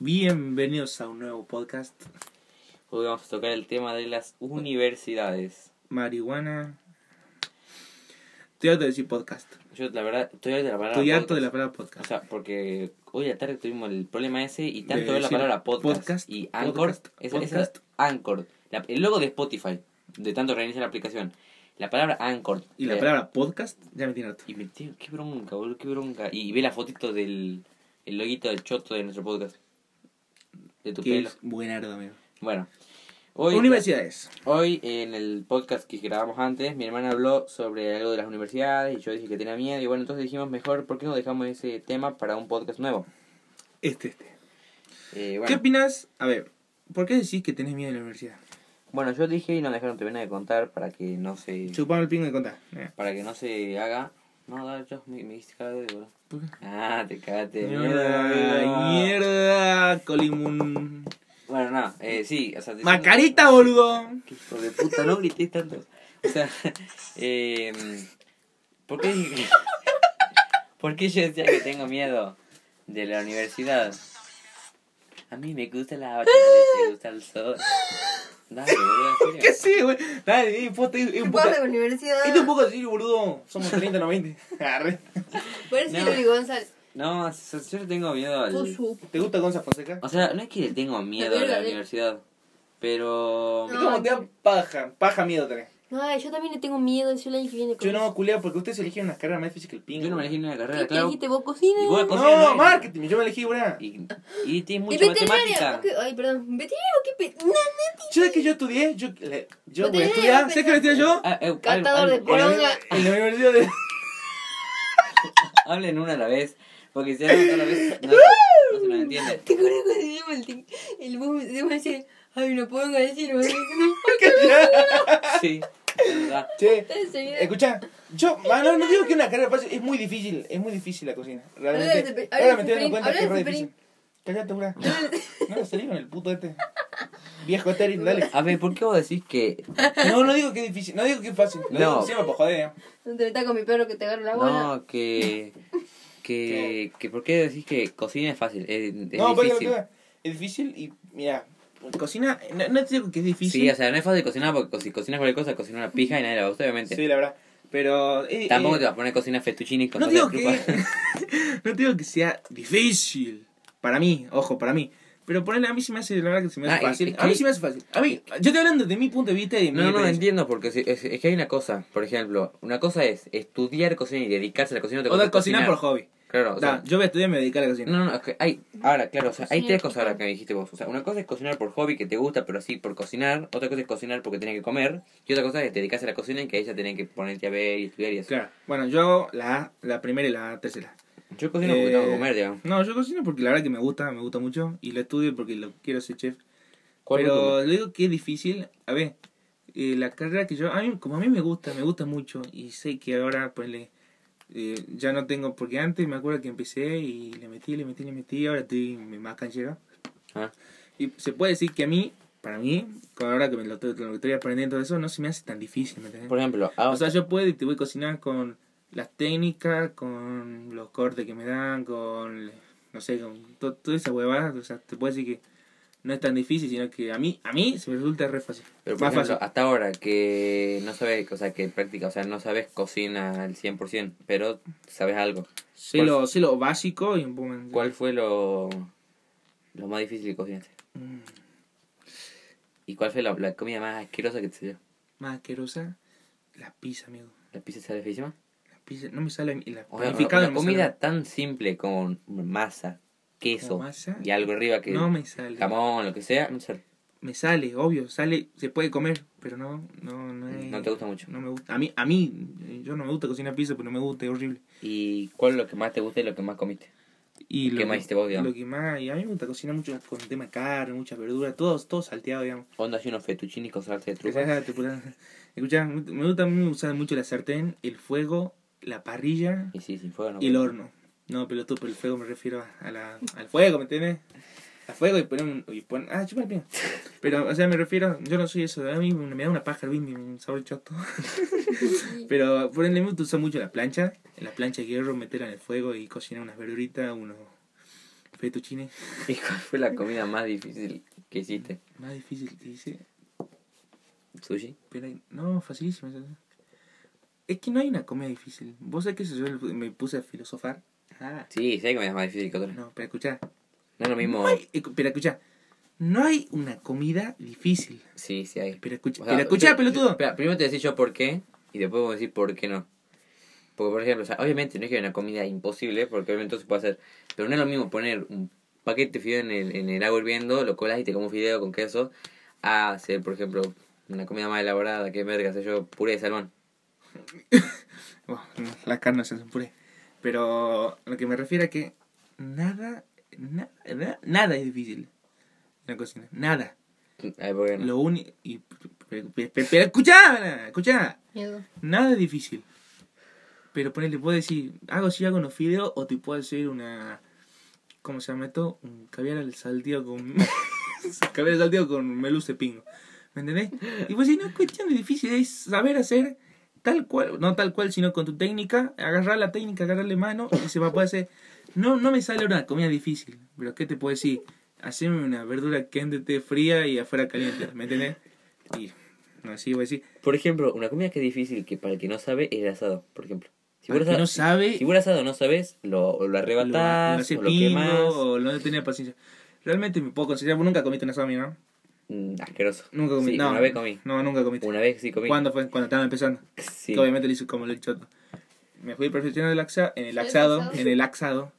Bienvenidos a un nuevo podcast. Hoy vamos a tocar el tema de las universidades. Marihuana. Estoy harto de decir podcast. Yo, la verdad, estoy harto de la palabra Estoy harto Ah, podcast. de la palabra O podcast. sea, porque hoy a la tarde tuvimos el problema ese y tanto De ver la decir palabra podcast, podcast, y Anchor. podcast, es, podcast. Es Anchor. La- el logo de Spotify, de tanto reiniciar la aplicación. La palabra Anchor. Y la Eh, palabra podcast ya me tiene harto. Y me, tío, qué bronca, boludo, qué bronca. Y, ve la fotito del el loguito del choto de nuestro podcast. De tu Que pelo. es buenardo, amigo. Bueno. Hoy, Universidades. Hoy en el podcast que grabamos antes, mi hermana habló sobre algo de las universidades y yo dije que tenía miedo y bueno, entonces dijimos mejor, ¿por qué no dejamos ese tema para un podcast nuevo? Este, este. Eh, ¿Qué bueno, opinas? A ver, ¿por qué decís que tenés miedo de la universidad? bueno, yo dije y no dejaron terminar de contar para que no se Chupame el pingo de contar. Eh, para que no se haga. No, dale, yo me, me hiciste cagar de boludo. ¿por qué? Ah, te cagaste. de Mierda, miedo. mierda, Colimun. Bueno, no, eh, sí, o sea, diciendo- Macarita, boludo. Qué hijo de puta, no grites tanto. O sea, eh, ¿por qué dije- ¿Por qué yo decía que tengo miedo de la universidad? A mí me gusta la batalla, me gusta el sol. Dale, boludo, en ¿Qué serio. sí, güey? Dale, eh, posta, es es un Por poco. la universidad. Esto es un poco así, boludo. Somos 30, 90. Arre. Por eso No. Luis González. No, o sea, yo le tengo miedo al... Pusu. ¿Te gusta Gonza Fonseca? O sea, no es que le tengo miedo a la universidad, pero... Es como te da paja, paja miedo tenés. No, yo también le tengo miedo. Yo el año que viene. Yo no, culea, porque ustedes eligieron unas carreras más difíciles que el pingo. Yo no me elegí ni una ¿Qué carrera, te claro. dijiste? ¿Vos cocina? Y vos No, cocinas, no, marketing, yo me elegí una. Y, y tienes ¿Y mucha veterinaria? matemática. ¿Vos qué- Ay, perdón. ¿Veterinario qué pe... No, no. Yo es que yo estudié, yo, le- yo No voy a tenés estudiar, que ¿sabes qué estudié yo? Ah, eh, Catador algo- de algo- poronga. En la universidad de... Hablen una a la vez, porque si hablan una a la vez no, no se nos entiende. ¿Te acuerdas cuando hicimos el tic? El vos me vos me decís, ay, no puedo decir. vos decís, No, Sí, es verdad. Che, estás seguida. escucha, yo, ah, no, no digo que una carrera fácil, es muy difícil, es muy difícil la cocina. Habla de Realmente, Ceperín, ahora me habla de estoy dando Ceperín, cuenta que es habla re de difícil. Cállate, una. No me salí con el puto este. Viejo estéril, dale. A ver, ¿por qué vos decís que.? No, no digo que es difícil, no digo que es fácil. Lo No. digo encima para joder. eh. No te metas con mi perro que te agarra la bola. No, que. Que, que ¿Por qué decís que cocina es fácil? Es, es No, porque difícil. es difícil y, mira, cocina, no, no te digo que es difícil. Sí, o sea, no es fácil cocinar porque co- si cocinas cualquier cosa, cocina una pija y nadie la gusta, obviamente. Sí, la verdad. Pero. eh, Tampoco eh, te vas a poner a cocinar fettuccini con No salsa digo de que. trufa. no digo que sea difícil. Para mí, ojo, para mí. Pero ponerle a mí se me hace, la verdad que se me hace Ah, y- fácil. es A mí que- se me hace fácil. A mí, yo te hablando de mi punto de vista y de mi No, no, experiencia. entiendo, porque si- es, es que hay una cosa, por ejemplo, una cosa es estudiar cocina y dedicarse a la cocina. O otra cosa de es cocinar por hobby. Claro, o sea, Da, yo voy a estudiar y me voy a dedicar a la cocina. No, no, es que hay, ahora, claro, o sea, hay Cocinar, tres cosas ahora chico. que me dijiste vos. O sea, una cosa es cocinar por hobby, que te gusta, pero así por cocinar. Otra cosa es cocinar porque tenés que comer. Y otra cosa es que te dedicas a la cocina y que ahí ya tenés que ponerte a ver y estudiar y así. Claro. Bueno, yo hago la, la primera y la tercera. Yo cocino porque Eh, tengo que comer, digamos. No, yo cocino porque la verdad que me gusta, me gusta mucho. Y lo estudio porque lo quiero ser chef. ¿Cuál es tu- Pero le digo que es difícil. A ver, eh, la carrera que yo. A mí, como a mí me gusta, me gusta mucho. Y sé que ahora, pues, le, eh, ya no tengo. Porque antes me acuerdo que empecé y le metí, le metí, le metí. Ahora estoy más canchero. Ah. Y se puede decir que a mí, para mí, con ahora que me lo, estoy- lo estoy aprendiendo todo eso, no se me hace tan difícil. ¿me entendés? Por ejemplo, ah, O sea, yo puedo y te voy a cocinar con las técnicas, con los cortes que me dan, con, no sé, con to- toda esa huevada. O sea, te puedo decir que no es tan difícil, sino que a mí, a mí se me resulta re fácil. pero Eh, por más ejemplo, ah, fácil. hasta ahora que no sabes, o sea, que práctica, o sea, no sabes cocina al 100%, pero sabes algo. Sé ¿cuál- lo, sé lo básico y un poco... más- ¿Cuál fue lo, lo más difícil que cocinaste? Mm, ¿Y cuál fue la, la comida más asquerosa que te salió? Más asquerosa, la pizza, amigo. ¿La pizza sale feísima? La pizza, no me sale... Y la O sea, panificada una no me sale. comida tan simple con masa, queso Con masa. y algo arriba que No me sale. jamón, lo que sea, no sé. Me sale, obvio, sale, se puede comer, pero no, no, no es- No te gusta mucho. No me gusta. A mí, a mí, eh, yo no me gusta cocinar pizza, pero no me gusta, es horrible. ¿Y cuál es lo que más te gusta y lo que más comiste? Y ¿Qué lo más hiciste vos, digamos? Lo que más, y a mí me gusta cocinar mucho con tema de carne, muchas verduras, todo, todo salteado, digamos. Onda así unos fettuccini con salsa de trufa. Exacto, pura- Escuchá, me gusta a mí usar mucho la sartén, el fuego, la parrilla Y sí, sin fuego no. y el horno. No, pero tú, por el fuego me refiero a, a la, al fuego, ¿me entiendes? Al fuego y poner un... Y pon, ah, chupa el pino. Pero, o sea, me refiero... Yo no soy eso. A mí me da una paja el bimbi, un sabor choto. pero, por el me gusta usar mucho la plancha. En la plancha de hierro, meterla en el fuego y cocinar unas verduritas, unos Fettuccine. ¿Y cuál fue la comida más difícil que hiciste? Más difícil que hice. ¿Sushi? Pero hay- no, facilísimo. eso. Es que no hay una comida difícil. Vos sabés que eso yo me puse a filosofar. Ah. Sí, sí hay comidas más difíciles que otras. No, No, pero escuchá. es lo mismo. No hay, eh, pero escuchá. No hay una comida difícil. Sí, sí hay. Pero escucha, O sea, pero escuchá, pri- pelotudo. espera, primero te decís yo por qué y después vos decís por qué no. Porque, por ejemplo, o sea, obviamente no es que haya una comida imposible, porque obviamente se puede hacer. Pero no es lo mismo poner un paquete de fideo en el, en el agua hirviendo, lo colas y te comes fideo con queso, a hacer, por ejemplo, una comida más elaborada, que verga, sé yo, puré de salmón. Bueno, mm, las carnes se hacen puré. Pero lo que me refiero es que nada, na- na- nada, es difícil en la cocina. Nada. Ay, ¿por qué no? Lo único... y- Pero, pero- pero escuchá, escuchá. Miedo. Nada es difícil. Pero ponele, puedo decir, hago si hago unos fideos o te puedo hacer una... ¿Cómo se llama esto? Un caviar al salteado con... caviar al salteado con meluce pingo. ¿Me entendés? Y pues si no es cuestión de difícil, es saber hacer tal cual, no tal cual, sino con tu técnica, agarrar la técnica, agarrarle mano y se va a poder hacer... No, no me sale una comida difícil, pero ¿qué te puedo decir? Hacerme una verdura que esté fría y afuera caliente, ¿me entendés? Y no así voy a decir, Por ejemplo, una comida que es difícil, que para el que no sabe, es el asado, por ejemplo. Si al vos que asa- no sabe... si vos el asado no sabes, lo, lo lo, arrebatás, hace o lo pingo, quemás. o no tenía paciencia. Realmente me puedo considerar, vos nunca comiste un asado, ¿no? Mm, asqueroso. Nunca comí. Sí, no, Una vez comí. No, nunca comiste. Una vez sí comí. ¿Cuándo fue? Cuando estaba empezando. Sí. Que obviamente le hice como el choto. Me fui perfeccionando el axa- en el ¿El laxado, pasado? en el laxado.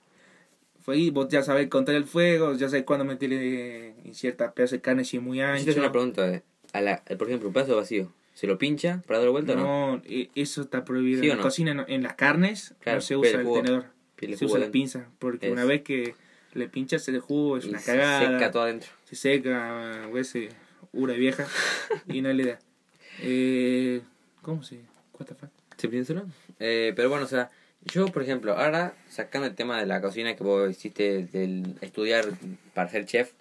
Fue ahí, vos ya sabés contar el fuego, ya sabés cuándo meterle en ciertas pedazos de carne si es muy Yo te hago una ancho. pregunta. eh. A la, por ejemplo, un pedazo vacío. ¿Se lo pincha para dar vuelta o no? No, e- eso está prohibido. ¿Sí o en la no? cocina, no- en las carnes, Claro, no se pero usa el el jugo. tenedor. Pile Se jugo usa la adentro. pinza, porque Es. una vez que le pinchas el jugo es Y una se cagada. Seca todo adentro. se seca, güey, se ura vieja y no le da. Eh, ¿Cómo se? What the fuck? ¿Se piénsalo? Eh, pero bueno, o sea, yo, por ejemplo, ahora sacando el tema de la cocina que vos hiciste del estudiar para ser chef,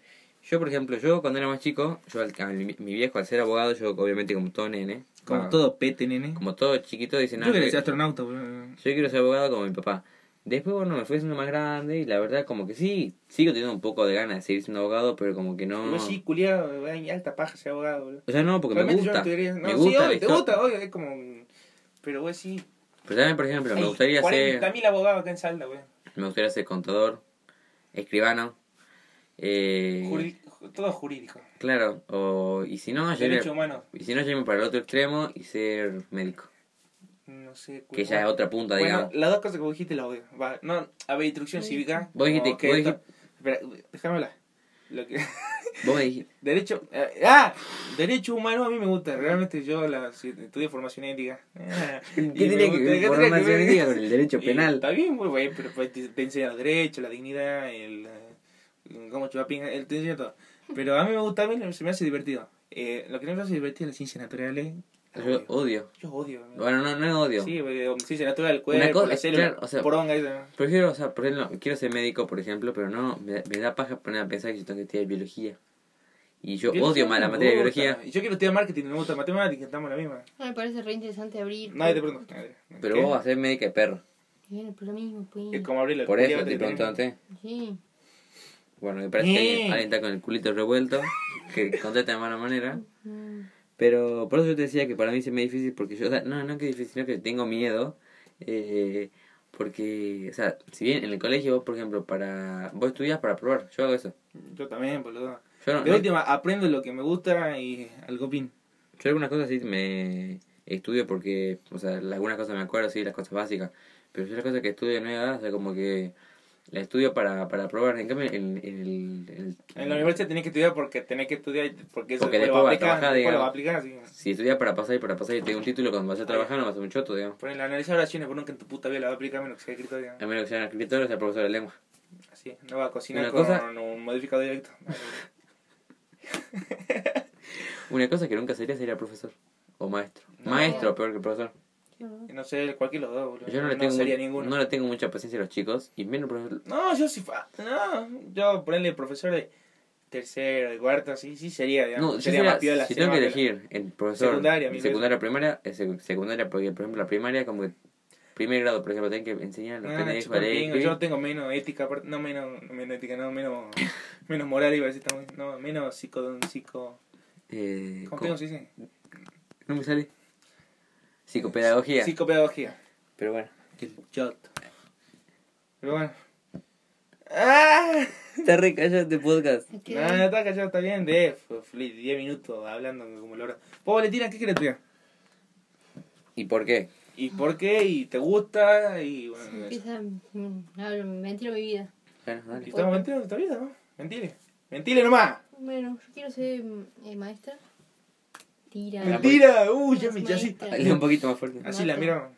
yo, por ejemplo, yo cuando era más chico, yo al- al- mi, mi viejo al ser abogado, yo obviamente como todo nene, Como va, todo pete, nene. Ah. como todo chiquito, dice, no, Yo quería yo- ser astronauta, boludo. Yo quiero ser abogado como mi papá. Después, bueno, me fui haciendo más grande y la verdad, como que sí, sigo teniendo un poco de ganas de seguir siendo abogado, pero como que no. culiado, en alta paja ser abogado, boludo. O sea, no, porque me gusta. me gusta. la historia. obvio, es como. Pero, güey, sí. Pero también, por ejemplo, me gustaría ser. mil abogados acá en Salda, güey. Me gustaría ser contador, escribano. Eh, Todo jurídico. Claro, o. Y si no, yo iría- humano. y si no, yo irme para el otro extremo y ser médico. No sé. Que ya es otra punta, digamos. las dos cosas que vos dijiste las odio. Va, no, a ver, instrucción cívica. Vos dijiste- como que vos esto- dijiste- Espera, déjame hablar. Lo que... Vos me dijiste. Derecho. eh, ¡Ah! Derecho humano a mí me gusta. Realmente yo la, si- estudio formación ética. Ah, y ¿Qué me tiene que gusta- ver ¿qué por tiene una que ver? teoría con el derecho Y penal? Está bien, muy bueno, pero pues, te, te enseña los derechos, la dignidad, el. eh, cómo chupar pinga, el- te enseña todo. Pero a mí me gusta, a mí se me hace divertido. Eh, lo que no me hace divertido es las ciencias naturales. Las Yo odio. odio. eh. Yo odio. amigo. Bueno, no, no es odio. Sí, porque ciencia natural, el cuerpo, cosa- la célula, claro, o sea- poronga, esa. Prefiero, o sea, por ejemplo, quiero ser médico, por ejemplo, pero no, me, da- me da paja poner a pensar que yo tengo que estudiar biología. Y yo Biología odio más la me materia de gusta. biología, Y Yo quiero estudiar marketing, me gusta matemática, estamos en la misma. No Ah, me parece re interesante abrir. Nadie te pregunta. nadie. pero ¿Qué? vos vas a ser médica de perro. Viene por lo mismo, pues. Es como abrirle el Por culiao, eso te tenés- pregunto antes. Sí. Bueno, me parece que alguien, Eh. alguien está con el culito revuelto, que contesta de mala manera. Mm. Pero por eso yo te decía que para mí se me es difícil, porque yo, o sea, no, no que es difícil, sino que tengo miedo. eh, porque, o sea, si bien en el colegio vos, por ejemplo, para vos estudias para probar, yo hago eso. Yo también, boludo. Yo no, De no- última, aprendo lo que me gusta y algo pin. Yo algunas cosas sí me estudio porque, o sea, la- algunas cosas me acuerdo, sí, las cosas básicas, pero yo las cosas que estudio nuevas, o sea, como que las estudio para, para probar, en cambio, en, en el, en el- En la universidad tenés que estudiar porque tenés que estudiar y- porque eso Mm. Porque después después lo vas a aplicas, trabajar, después lo digamos. vas a aplicar así. Si estudias para pasar y para pasar y te da un título, cuando vas a trabajar no vas a ser un choto, digamos. Por el analizar oraciones, por nunca en tu puta vida la vas a aplicar menos que sea escrito, digamos. A menos que sea un escritor o sea profesor de lengua. Así, no vas a cocinar Una con cosa- un modificador directo. Una cosa que nunca sería sería profesor o maestro. No. Maestro, peor que profesor. Yo- No sé, cualquiera de los dos, boludo. Yo no le, tengo, sería mu- ninguno. no le tengo mucha paciencia a los chicos y menos profesor. No, yo sí. fa- No, yo ponerle profesor de tercero, de cuarto, sí, sí sería, digamos. No, yo sería sería- más piola. si sería tengo que más piola. elegir el profesor Secundaria, mil secundaria, primaria, eh, sec- secundaria, porque por ejemplo la primaria como que primer grado, por ejemplo, tienen que enseñar a los Ah, pendejos a chupa leer. y pingo, yo no escribir. tengo menos ética, aparte- no menos, no menos ética, no menos, menos moral, iba a decir, también, no, menos psico, psico, Eh, ¿cómo, ¿cómo? se dice? No me sale. Psicopedagogía. Psicopedagogía. Pero bueno. El choto. Pero bueno. ¡Ah! Está re callado este podcast. ¿Qué? No, no Ah, está callado, está bien, de fue- fue 10 minutos hablando como lora. Vos le tiras, ¿qué querés tirar? ¿Y por qué? ¿Y por qué? ¿Y te gusta? Y bueno, eso. Empieza, mm, hablo, mentiro mi vida. Bueno, Y dale. estamos mentiras de tu vida, ¿no? Mentile. Mentile nomás. Bueno, yo quiero ser mm, eh, maestra. Tira. Mentira. Uy, ya me ya así. Dale un poquito más fuerte. Así la miro.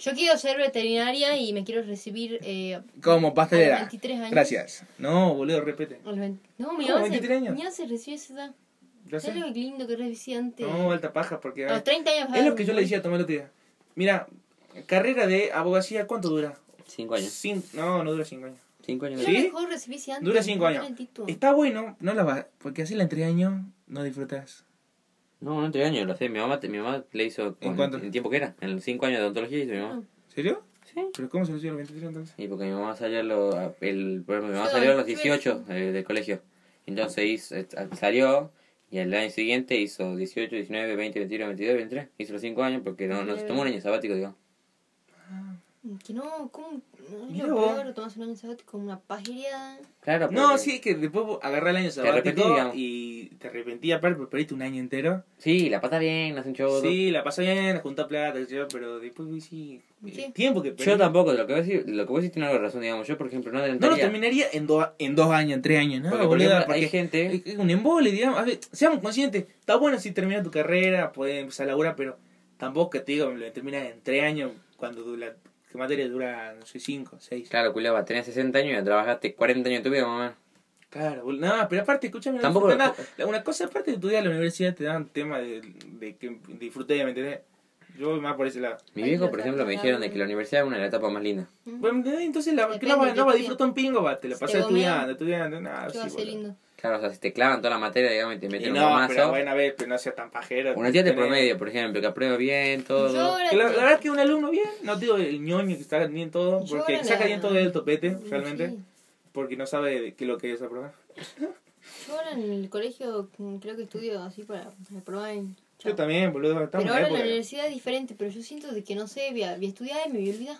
Yo quiero ser veterinaria y me quiero recibir eh, a Como los pastelera. 23 años. Gracias. No, boludo, repete. A los 20 No, mi ¿Cómo, mamá, 23 se, años? mi mamá se recibe esa edad. Yo ¿Sabes sé. lo lindo que recibí antes? No, alta paja, porque. a los 30 años. Es lo que yo le decía a Tomás el otro día. Mira, carrera de abogacía, ¿cuánto dura? Cinco años. Cin- no, no dura 5 años. Cinco años. Yo ¿Sí? mejor recibí ese antes. Dura 5 años. Era el título. Está bueno, no la vas. Porque hacerla en 3 años no disfrutas. No, no tres años, lo sé. Mi mamá, mi mamá le hizo con- cuánto? el tiempo que era. En los cinco años de odontología hizo mi mamá. ¿Serio? Sí. ¿Pero cómo se lo hicieron los 23 entonces? Y porque mi mamá salió a lo- a- el problema, mi mamá Yo, salió a los yo era 18 eh, del colegio. Entonces hizo, eh, salió y al año siguiente hizo 18, 19, 20, 21, 22, 23. Hizo los cinco años porque no, no se tomó un año sabático, digo. Mm, Que no, ¿cómo? No, es Mira lo vos. peor, tomas un año sabático como una pajería. ¿eh? Claro, No, Ah, porque- sí, es que después vos agarrás el año arrepentí, sabático digamos. y te arrepentí aparte porque perdiste un año entero. Sí, la pasa bien, hace un chodo. Sí, la pasó bien, juntó plata, qué sé yo, pero después uy, sí. el ¿Qué? tiempo que perdí. Yo tampoco, lo que vos decís, lo que vos decís tiene algo de razón, digamos. Yo, por ejemplo, no No lo adelantaría. terminaría en, dos en dos años, en tres años, ¿no? Porque, por boluda, ejemplo, porque hay gente- es- Es un embole, digamos. A ver, seamos conscientes. Está bueno si terminas tu carrera, puedes empezar a laburar, pero tampoco que te digo, lo terminas en tres años cuando du- la que materia dura, no sé, cinco, seis. Claro, culiaba, tenés 60 años y trabajaste 40 años de tu vida, mamá. Claro, bol- no, pero aparte, escúchame, no Tampoco- disfrutas nada. La- Una cosa, aparte de estudiar en la universidad, te dan tema de, de que disfruté, ¿me entendés? Yo voy más por ese lado. Mi Ay, viejo, los por ejemplo, me atrasados. dijeron de que la universidad es una de las etapas más lindas. Bueno, ¿me entendés? entonces la, que Depende no va, de no va a qué. disfrutar un pingo, va, te la Si pasas te gomean, estudiando, estudiando, nada. Yo va a así, ser boludo. lindo. Claro, o sea, si te clavan toda la materia, digamos, y te Y meten un no, pero mamazo. bueno, a ver, pero no seas tan pajero. Una tía de tenés- promedio, por ejemplo, que aprueba bien, todo. Yo ahora. Que La, la verdad es que un alumno bien, no digo el ñoño que saca bien todo, Yo porque ahora saca la- bien todo del topete, realmente, Sí. porque no sabe de qué es lo que es aprobar. Yo ahora en el colegio mm, creo que estudio así para para probar. en- Yo también, boludo, estamos Pero en ahora la en la época. universidad es diferente, pero yo siento de que no sé, voy a, voy a estudiar y me voy a olvidar.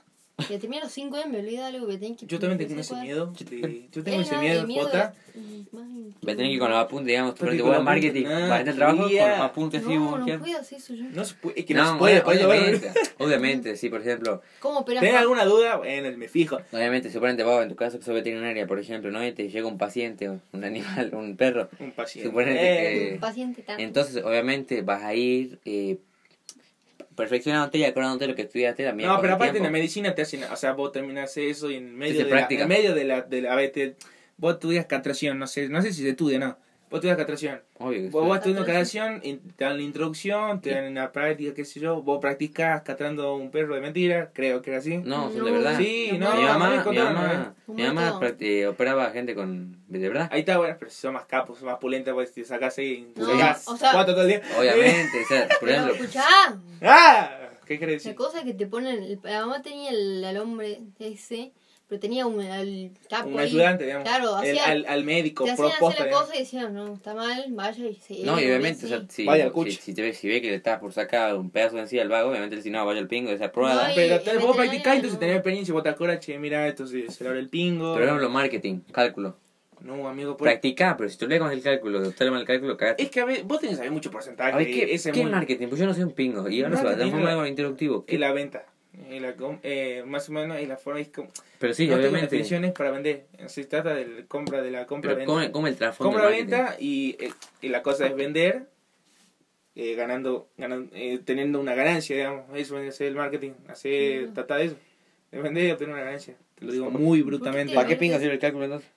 Voy a terminar los 5 años, me voy a olvidar algo que tengo que Yo también tengo ese empezar a miedo, de- yo cuadrar. tengo Eh, ese no, miedo, el Jota. es- es más Va a tener que ir con los apuntes, digamos, tú Porque que con vos en los apuntes, marketing, nah, vas a entrar al trabajo con tía. los apuntes así, No, no busqueando. puedo hacer eso yo. No se puede, es que no, se puede, bueno, por pues, eso- obviamente, obviamente, sí, por ejemplo, ¿Cómo operas? ¿Tenés alguna duda? Bueno, me fijo. obviamente, suponete vos, en tu caso que sos veterinaria, por ejemplo, ¿no? Y te llega un paciente, un animal, un perro, Un paciente. Suponete Eh, que- Paciente tanto. Entonces, obviamente, vas a ir eh, perfeccionándote y acordándote de lo que estudiaste también. No, con pero el aparte en la tiempo. medicina te hacen, o sea, vos terminás eso y en medio hace de la, práctica. en medio de la, de la- a ver, te- vos estudias castración, no sé, no sé si se estudia, no. Vos estudias castración. Obvio que Vos, vos sí. estudiando castración, y te dan la introducción, te dan una práctica, qué sé yo, vos practicás castrando un perro de mentira, creo que era así. No, son de No. verdad. Sí, no, mi no mamá, me mi contaron, mamá, ¿eh? mi mamá Un montón. pract- eh, operaba a gente con. de verdad. Ahí está, bueno, pero si son más capos, son más pulentas, pues te sacás ahí, No, sacás o sea- cuatro todo el día. Obviamente, o sea, por Pero ejemplo. escuchá, ¡Ah! ¿Qué querés la decir? cosa que te ponen. el- La mamá tenía el, al hombre ese, pero tenía un al capo. Un ahí. pues, ayudante, digamos. Claro, El- hacía- al, al médico, Te hacían proposta, hacer la digamos. cosa y decían, no, está mal, vaya y se. No, y obviamente, o sí. sea, si, Vaya al si, cucho. si te ve, si ve que le estás por sacar un pedazo de encía al vago, obviamente él si no, vaya al pingo, desaprueba. No, y- Pero el tal, vos veterinario practicás, entonces no. tenés experiencia, vos te acordás, che, mira, entonces se le abre el pingo. Pero por ejemplo, marketing, cálculo. no, amigo, por... Practicá, pero si tú lees con el cálculo, te mal el cálculo, cagaste. es que a ver, vos tenés que saber mucho porcentaje. A ver, ¿qué, ese qué mundo. marketing? Pues yo no soy un pingo. Y ahora se va a Marketing, transformar en no. algo interruptivo. ¿Qué Es la venta. Es la com- eh, más o menos es la forma. Es como, Pero sí, no tengo las obviamente. definiciones para vender. Se trata de compra, de la Pero compra-venta. come, come el trasfondo del marketing. Compra-venta y, eh, y la cosa es vender, eh, ganando, ganando eh, teniendo una ganancia, digamos. Eso vendría a ser el marketing. Hacer, Mm. Trata de eso. De vender y obtener una ganancia. Te lo digo muy brutamente. ¿Para ¿Para qué qué pinga pinga sirve el cálculo entonces?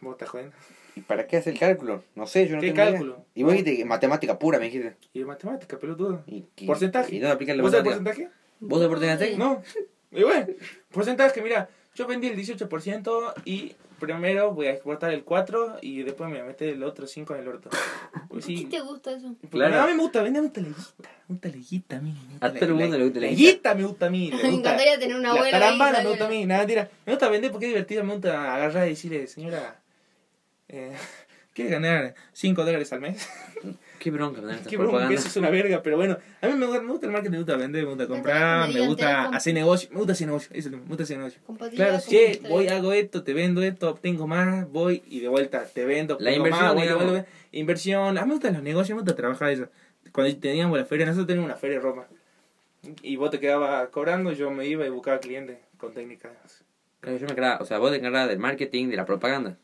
Vos estás jodiendo. ¿Y para qué hace el cálculo? No sé, yo no ¿Qué tengo idea. cálculo? Y vos dijiste que matemática pura, me dijiste. Y matemática, pelotudo. ¿Y, y- Porcentaje. ¿Y dónde aplicas la ¿Vos sabés matemática? porcentaje? ¿Vos de porcentaje? Sí. No. Y bueno, porcentaje, mira, Yo vendí el 18% y primero voy a exportar el 4% y después me voy a meter el otro 5% en el orto. Pues sí. ¿Qué te gusta eso? porque Claro. A mí me gusta, vendame un teleguita. Un teleguita a mí. me gusta A todo el mundo le gusta la la guita. guita. me gusta a mí. Me Me gusta. encantaría tener una la abuela. ahí, carambana me ¿sabes? gusta a mí. Nada, mentira. Me gusta vender porque es divertido. Me gusta agarrar y decirle, señora, eh, ¿quieres ganar 5 dólares al mes? Qué bronca mandar esta Que bueno, que propaganda. eso es una verga, pero bueno, a mí me gusta, me gusta el marketing, me gusta vender, me gusta comprar, Me me gusta digan, hacer negocio, me gusta hacer negocio, eso es lo que me gusta hacer negocio. Compatibilidad Claro, con che, esta- voy, hago esto, te vendo esto, obtengo más, voy y de vuelta, te vendo, La obtengo inversión, más, voy, digamos. devuelvo. inversión, a mí me gustan los negocios, me gusta trabajar eso. Cuando teníamos la feria, nosotros teníamos una feria de ropa y vos te quedabas cobrando, yo me iba y buscaba clientes con técnicas. Claro, yo me encargaba, o sea, vos te encargabas del marketing, de la propaganda.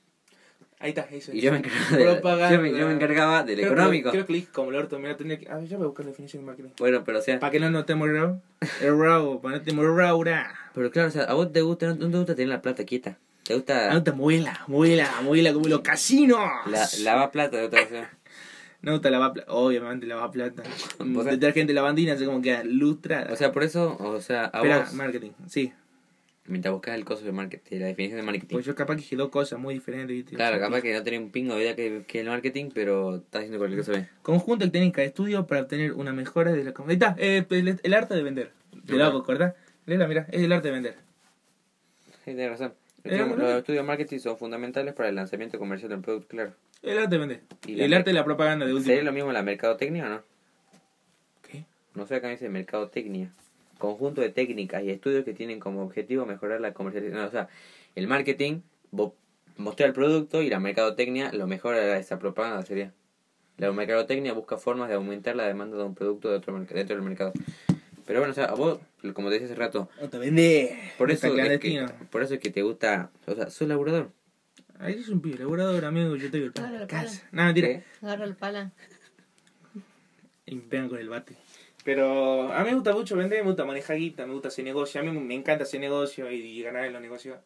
Ahí está, eso. Y yo me encargaba, de la- Propaganda. yo me, yo me encargaba Creo del que- económico. Creo que le dije como el orto, mira, tenía que... A ver, yo voy a buscar la definición de marketing. Bueno, pero o sea, Para que no notemos error. Error, para no te Raura. pero claro, o sea, a vos te gusta, no, no te gusta tener la plata quieta. Te gusta Ah, No te muela, muela, muela como los casinos. la, lavar plata, te gusta hacer. No te lava plata. Obviamente lava plata. O sea- Detergente lavandina, así como queda lustrada. O sea, por eso, o sea, a Espera, vos, marketing. Sí. mientras buscas el coso de marketing, la definición de marketing. Pues yo capaz que dije dos cosas muy diferentes. ¿viste? claro, capaz que no tenés un pingo de idea que, que el marketing, pero estás haciendo cualquier cosa bien. Conjunto y técnica de estudio para obtener una mejora de la com- Ahí está, eh, el, el arte de vender. Te lo hago, ¿verdad? Léela, mira, es el arte de vender. Sí, tenés razón. Los, Eh, estudios, bueno. los estudios de marketing son fundamentales para el lanzamiento comercial de un producto, claro. El arte de vender. Y Y la- el arte de la propaganda de ¿Sería último. lo mismo la mercadotecnia o no? ¿Qué? No sé, acá dice mercadotecnia. Conjunto de técnicas y estudios que tienen como objetivo mejorar la comercialización. No, o sea, el marketing, vos mostrar el producto y la mercadotecnia lo mejora esa propaganda, sería. La mercadotecnia busca formas de aumentar la demanda de un producto de otro merc- dentro del mercado. Pero bueno, o sea, a vos, como te decía hace rato, No te vende. por No eso, está es que, clandestino. por eso es que te gusta, o sea, sos laburador. Ahí es un pibe laburador, amigo, yo te digo el pan de la Claro, casa. No, mentira. ¿Qué? Agarra el pala. Y me pegan con el bate. Pero a mí me gusta mucho vender, me gusta manejar guita, me gusta hacer negocio. A mí me encanta hacer negocio y, y ganar en los negocios.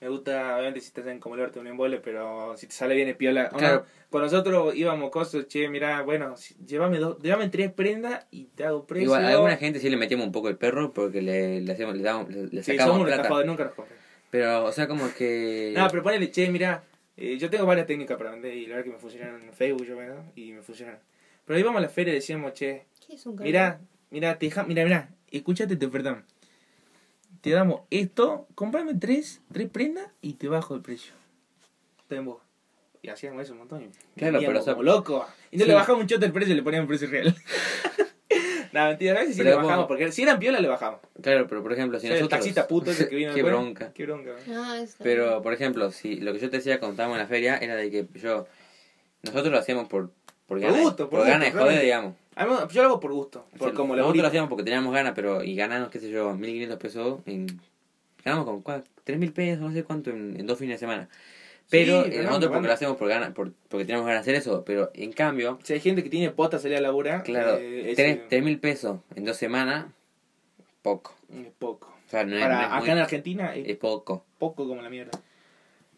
Me gusta, obviamente, si te hacen como el orto un embole, pero si te sale bien es piola. O no, Claro. con nosotros íbamos cosas, che, mirá, bueno, si- llévame, dos, llévame tres prendas y te hago precio. Igual, a alguna gente sí le metíamos un poco el perro porque le, le, hacíamos, le, dábamos- le- le Sí, sacábamos somos unos plata. estafados, nunca nos compran. Pero, o sea, como que... No, pero ponele, che, mira, eh, yo tengo varias técnicas para vender y la verdad que me funcionaron en Facebook, yo, ¿verdad? Y me funcionaron. Pero íbamos a la feria y decíamos, che, ¿Qué es un cartón? Mirá, mirá, te deja, mirá, mirá, escúchate te ofertamos. Te damos esto, comprame tres, tres prendas y te bajo el precio. Está en vos. Y hacíamos eso un montón. y Claro, pero, o vivíamos sea, como loco. Y no sí. le bajamos un chote el precio, le poníamos precio real. no, mentira, a veces sí Pero le vos- bajamos, porque si eran piola le bajamos. Claro, pero por ejemplo, si O sea, el nosotros... taxista puto ese que vino Qué después, bronca. Qué bronca. ¿no? Ah, esa. Pero, por ejemplo, si lo que yo te decía cuando estábamos en la feria era de que yo... Nosotros lo hacíamos por... Por Por ganas, gusto, por por ganas de gusto, joder, claro. digamos. A mí- yo lo hago por gusto, por Sí, como Nosotros lo laburito. hacíamos porque teníamos ganas, pero... Y ganamos, qué sé yo, 1.500 pesos en... Ganamos como cua- 3.000 pesos, no sé cuánto, en, en dos fines de semana. Pero Sí, ganamos, eh, nosotros porque ganamos. lo hacemos por ganas, por, porque teníamos ganas de hacer eso. Pero, en cambio, Si hay gente que tiene potas salir a laburar, claro, eh, es, tres- eh, 3.000 pesos en dos semanas, poco. es poco. O sea, no es, Para no es acá muy- eh. en Argentina es es poco. poco como la mierda.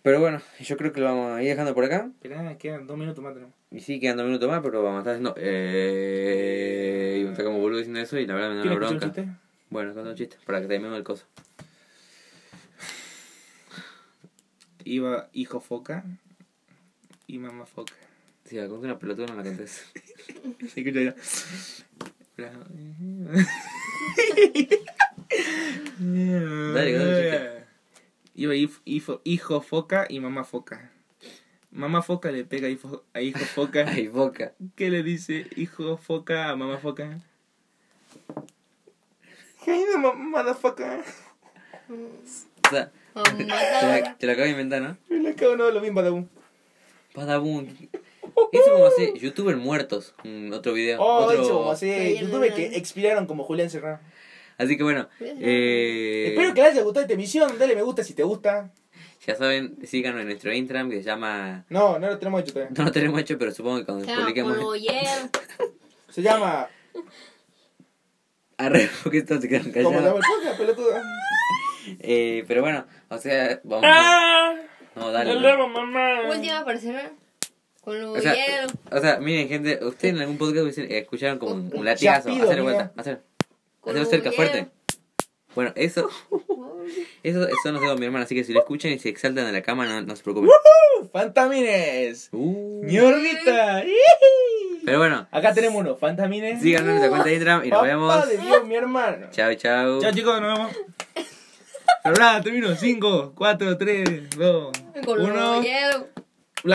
Pero bueno, yo creo que lo vamos a ir dejando por acá. Esperá, quedan dos minutos más tenemos. Y sí, quedan dos minutos más, pero vamos a estar haciendo. Eh, y me está como boludo diciendo eso y la verdad me da una ¿Quién escuchó el bronca. chiste? Bueno, contá un chiste, para que terminemos el coso. Iba hijo foca y mamá foca. Si la conté una pelotuda, no la contés. Se escucha ya. Bra- Dale, dale, Iba hif- hifo- hijo foca y mamá foca. Mamá foca le pega a hijo, a hijo foca. Ay, boca. ¿Qué le dice hijo foca a mamá foca? Hey, mamá foca. O sea, te la, Mamá. te la acabo de inventar, ¿no? Me la cago, no, lo mismo de un. Padabun. Eso como hace youtuber muertos. Mm, otro video. Oh, otro- ¿eh? eso, así. Sí, YouTube no, no. que expiraron como Julián Serrano. Así que bueno. Eh, Espero que les haya gustado esta emisión. Dale me gusta si te gusta. Ya saben, síganos en nuestro Instagram que se llama. No, no lo tenemos hecho todavía. No lo tenemos hecho, pero supongo que cuando publiquemos. Capo, yeah. Se llama. Arre, porque todos se quedaron ¿Cómo se llama callados. el podcast, pelotudo? Eh, pero bueno, o sea, vamos. Ah, No, dale. mamá. Última para cerrar. Con lo O sea, yeah. o sea, miren, gente, ustedes en algún podcast dicen, eh, escucharon como un, un latigazo. Chapido, mira. Hacer vuelta, hacer. Con Hacerlo cerca, lo fuerte. yeah. Bueno, eso, eso son los dedos de mi hermana, así que si lo escuchan y se exaltan de la cama, no, no se preocupen. Uh, ¡Fantamines! Uh. ¡Ñordita! Pero bueno, Acá tenemos uno, Fantamines. síganos en nuestra cuenta de Instagram y nos Papá vemos. de Dios, mi hermano. Chao, chao. Chao, chicos, nos vemos. Pero nada, termino. 5, 4, 3, 2, Con 1. los hielo.